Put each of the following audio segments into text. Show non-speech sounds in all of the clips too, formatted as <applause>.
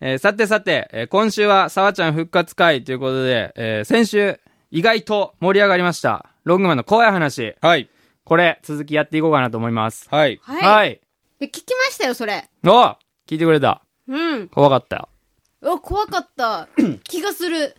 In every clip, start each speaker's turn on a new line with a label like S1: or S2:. S1: えーさてさて、えー今週は沢ちゃん復活会ということで、えー先週、意外と盛り上がりました。ロングマンの怖い話。
S2: はい。
S1: これ、続きやっていこうかなと思います。
S2: はい。
S3: はい。
S1: はい。
S3: で聞きましたよ、それ。
S1: お聞いてくれた。
S3: うん。
S1: 怖かったよ。
S3: うわ、怖かった。気がする。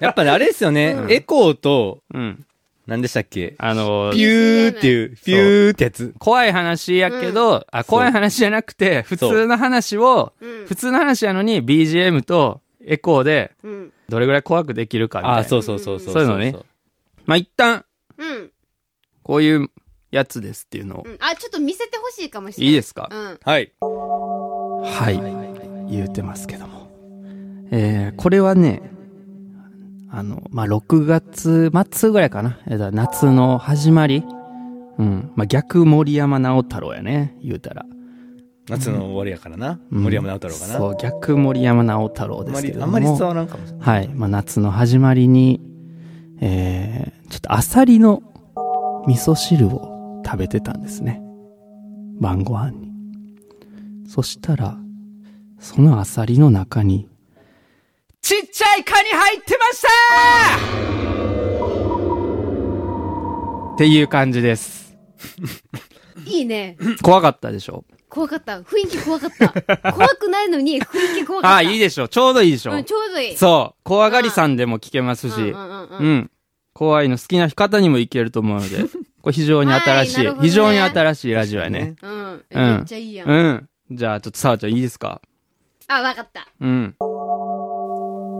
S2: やっぱね、あれですよね。エコーと、
S1: うん。
S2: 何でしたっけ
S1: あのー
S2: ピューっていう、ピューってやつ。
S1: 怖い話やけど、あ、怖い話じゃなくて、普通の話を、
S3: うん
S1: 普通の話やのに BGM とエコーで、
S3: うん。
S1: どれぐらい怖くできるかみたいな。
S2: あ、そうそうそうそう。
S1: そういうのねまあ、一旦、
S3: うん。
S1: こういうやつですっていうのを
S3: う。ん。あ、ちょっと見せてほしいかもしれない。
S1: いいですか
S3: うん。
S2: はい。
S1: はい。言うてますけども。えー、これはね、あの、まあ、6月末ぐらいかな。えーだから夏の始まり。うん。まあ、逆森山直太郎やね。言うたら。
S2: 夏の終わりやからな。
S1: うん
S2: 森山直太郎かな。
S1: そう、逆森山直太郎
S2: あん
S1: で
S2: ます
S1: け
S2: り、
S1: ども。
S2: あんまり伝わらんかもしれない。
S1: はい。まあ、夏の始まりに、えー、ちょっとアサリの味噌汁を食べてたんですね。晩ご飯に。そしたら、そのアサリの中に、ちっちゃいカニ入ってましたっていう感じです。
S3: いいね。
S1: 怖かったでしょ
S3: 怖かった。雰囲気怖かった。 <laughs> 怖くないのに雰囲気怖かった。
S1: ああ、いいでしょちょうどいいでしょ、
S3: うん、ちょうどいい。
S1: そう。怖がりさんでも聞けますし。
S3: うんうんうん
S1: う。ん。怖いの好きな方にもいけると思う
S3: <laughs>
S1: ので、これ非常に新し
S3: は
S1: い、
S3: いなるほどね
S1: 非常に新しいラジオやね。
S3: うん。
S1: う
S3: め
S1: ん
S3: っちゃいいやん。
S1: うん。じゃあ、ちょっとさわちゃんいいですか
S3: あ、わかった。
S1: うん。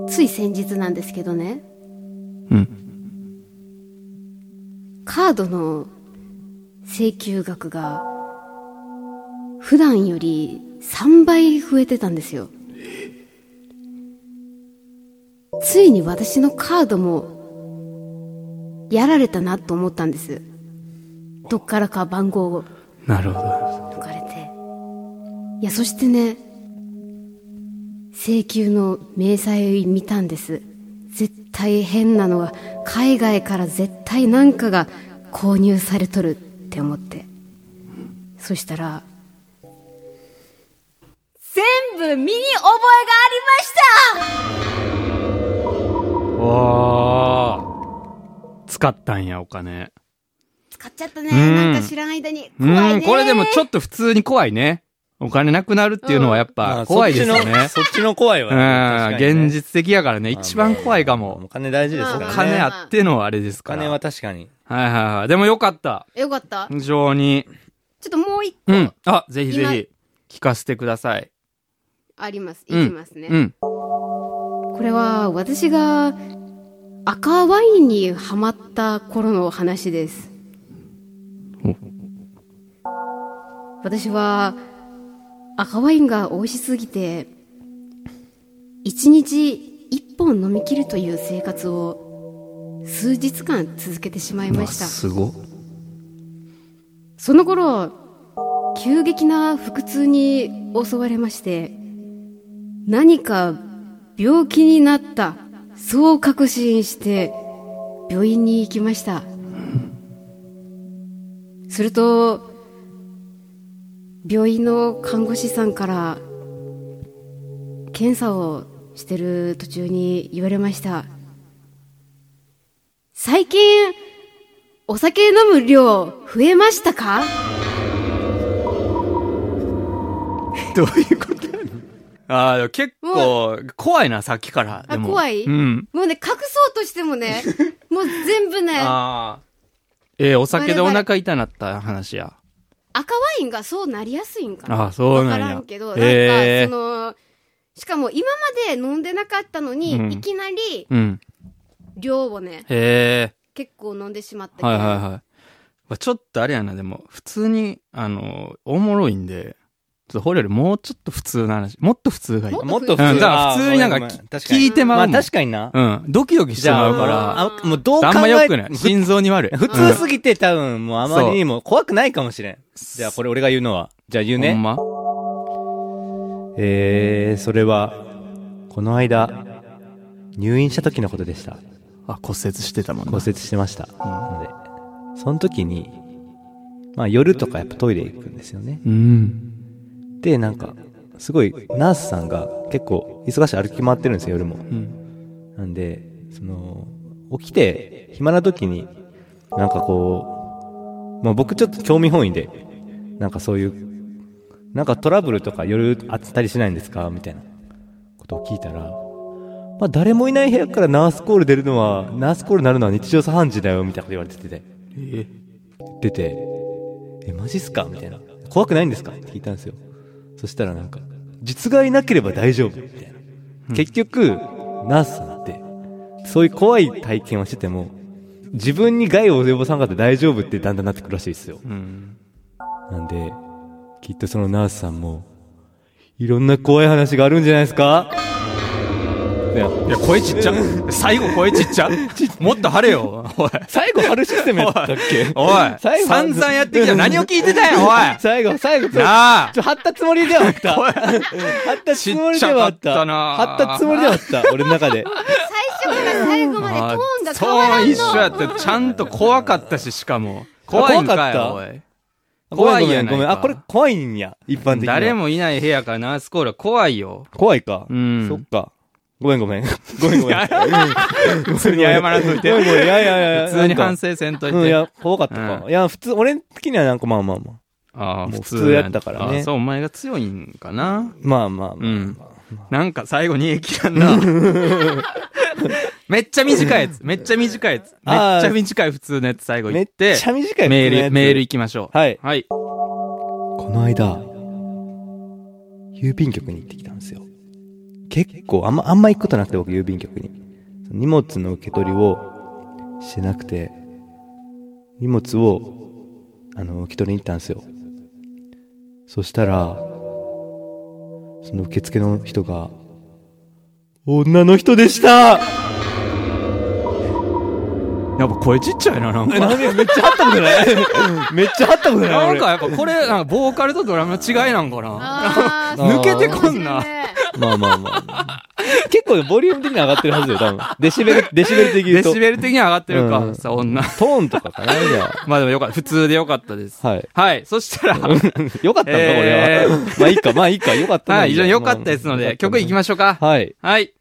S3: つい先日なんですけどね、
S1: うん。
S3: カードの請求額が、普段より3倍増えてたんですよ。ついに私のカードも、やられたなと思ったんです。どっからか番号を。
S1: なるほど。
S3: 抜かれていやそしてね請求の明細見たんです絶対変なのが海外から絶対なんかが購入されとるって思ってそしたら全部身に覚えがありました
S1: おー。使ったんや、お金。
S3: 使っちゃったね
S1: うん
S3: なんか知らん間に
S1: う
S3: 怖い
S1: ん、
S3: ね
S1: これでもちょ
S3: っ
S1: っと普通に怖いね。お金なくなるっていうのはやっ
S2: ま
S1: ぱ
S2: あ
S1: 怖いですよね。
S2: そっちのそっちの怖いわ
S1: う
S2: ね
S1: ん、。
S2: 確かにね
S1: 現実的やからね、一番怖いか
S2: お
S1: も。
S2: 金大事です
S1: お
S2: からね。
S3: まあ
S1: 金あってのあれです
S2: お
S1: から。
S2: 金は確かに。
S1: はいはいはい。でもよかった。
S3: とよかったちょ
S1: 非常に。
S3: っともう一個
S1: うん。あ、ぜひ
S3: 今
S1: ぜひ、聞かせてください。
S3: あります、
S1: うん
S3: いきますね、
S1: うん。
S3: これは私が赤ワインにハマった頃の話です
S1: お
S3: 私は赤ワインが美味しすぎて一日一本飲み切るという生活を数日間続けてしまいました
S1: ご。
S3: その頃急激な腹痛に襲われまして何か病気になったそう確信して病院に行きましたすると病院の看護師さんから検査をしてる途中に言われました最近お酒飲む量増えましたか
S1: どういうことやねんああ、でも結構、怖いな、さっきから。でも
S3: あ怖い
S1: うん。
S3: もうね、隠そうとしてもね、もう全部ね、赤ワ
S1: ああ。えーお酒でお
S3: バレバレ
S1: 腹痛なった話や。
S3: インがそうなりやすいんかな。
S1: あそうなんや
S3: わからんけど、なんか、
S1: へえ
S3: その、しかも今まで飲んでなかったのに、
S1: うん
S3: いきなり
S1: うん。
S3: 量をね、
S1: へ
S3: 結構飲んでしまったけ
S1: え。
S3: ど、
S1: はいはいはいまあ。ちょっとあれやな、でも、普通に、あの、おもろいんで、ちょっと、これよりもうちょっと普通な話、もっと普通がいい。
S3: も
S1: う
S3: っ
S1: ん、だ
S3: と
S2: もっと普
S1: か
S2: 通
S1: ら普通になん
S2: あ
S1: か
S2: ーごめんごめん確
S1: き
S2: かに
S1: 聞いてま
S2: ま
S1: う
S2: あ
S1: もん。
S2: 確かにな。
S1: うん。ドキドキして
S2: じ
S1: ま
S2: ゃ
S1: うから、
S2: あ、あもうどう考
S1: あんま良
S2: え
S1: くない。心臓に悪い。
S2: 普通すぎて多分、もうあまりにも怖くないかもしれん。じゃあこれ俺が言うのは。じゃあ言う
S1: ほん
S2: ね。
S1: ま
S2: えー、それは、この間、入院した時のことでした。
S1: あ、骨折してたもんね
S2: 骨折してました。ので、その時に、まあ夜とかやっぱトイレ行くんですよね。
S1: うん。
S2: で、なんか、すごいナースさんが結構忙しい歩き回ってるんですよ夜も
S4: うん。
S2: なんでその起きて暇な時になんかこう、まあ、僕ちょっと興味本位でなんかそういうなんかトラブルとか夜あったりしないんですかみたいなことを聞いたら、まあ、誰もいない部屋からナースコール出るのはナースコールになるのは日常茶飯事だよみたいなこと言われてて
S4: え
S2: 出て「えマジっすか?」みたいな「怖くないんですか?」って聞いたんですよそしたらなんか「実害なければ大丈夫」みたいな、結局ナースさんってそういう怖い体験をしてても自分に害を及ぼさなかったら大丈夫ってだんだんなってくるらしいですよ
S4: うん。
S2: なんできっとそのナースさんもいろんな怖い話があるんじゃないですかいや
S1: いや、声ちっちゃ。最後声ちっちゃ。もっと張れよ。おい。
S2: <laughs> 最後春システムやったっけ
S1: おい。
S2: 最後
S1: 散々やってきた。何を聞いてたんや、お
S2: 最後最後
S1: い。なあ。
S2: ちょ、貼ったつもりではあった。貼ったつもりではあっ。
S1: ちっちゃかったたな
S2: 貼ったつもりではあった、俺
S1: <laughs>
S2: の中で。
S3: 最初から最後までトーンが変わら
S1: そ
S3: ん
S1: う、
S3: の
S1: 一緒やった。ちゃんと怖かったし、しかも。怖いんか
S2: 怖か
S1: よ、怖いやないか
S2: ごめんごめんごめん。あ、これ怖いんや、一般
S1: お
S2: 的
S1: い。
S2: に。
S1: 誰。もいない部屋からナースコールは怖いよ。
S2: 怖いか。
S1: うん
S2: そっか。ごめんご <laughs> めん。ごめんごめん。
S1: 普通に謝らんとい
S2: <laughs> ごめんご
S1: て。
S2: めん。いやいや
S1: <laughs>
S2: いや。
S1: 普通に
S2: なん
S1: 反
S2: か
S1: 省せんとい
S2: うん、い
S1: て。
S2: や、怖かったか。
S1: う
S2: いや、普通、俺的にはなんかまあまあまあ。
S1: ああ、
S2: もう
S1: 普
S2: 普通やったからね
S1: あそう、お前が強いんかな。
S2: まあまあまあ。
S1: うん。なんか最後に駅やんな。 <laughs> めっちゃ短いやつ。めっちゃ短いやつ。めっちゃ短い普通のやつ最後
S2: め
S1: 行っ
S2: っち
S1: て。
S2: ゃ短い。
S1: メ
S2: こ
S1: ー
S2: のや
S1: ル、
S2: つ
S1: メール行きましょう。
S2: はい
S1: はい。
S2: この間、郵便局に行ってきたんですよ。結構、あんま、あんま行くことなくて僕、郵便局に。荷物の受け取りをしてなくて、荷物を、あの、受け取りに行ったんですよ。そしたら、その受付の人が、女の人でした
S1: やっぱ声ちっちゃいな、なんか。
S2: なんでめっちゃあったことない <laughs> めっちゃあったことない
S1: なん
S2: 俺
S1: かやっぱこれ、なんかボーカルとドラムの違いなんかな。
S3: あ
S1: <laughs> 抜
S3: ー
S1: けてこん
S3: 面
S1: な。
S3: 白いね
S2: まあまあまあまあ。結構ボリューム的に上がってるはずよ、多分。デシベル、デシベル的に言
S1: デ
S2: うと。
S1: シベル的には上がってる
S2: う
S1: か。
S2: ん
S1: さあ、女。
S2: トーンとかかなじゃ
S1: まあでもよかった。普通でよかったです。
S2: あ。はい。 <laughs>
S1: はい。そしたら、
S2: よかったのか、これ
S1: え
S2: は。まあいいか、まあいいか、よかったな
S1: はい、非常に良かったですので、曲行き
S2: し
S1: ましょうか。
S2: はい。
S1: はい。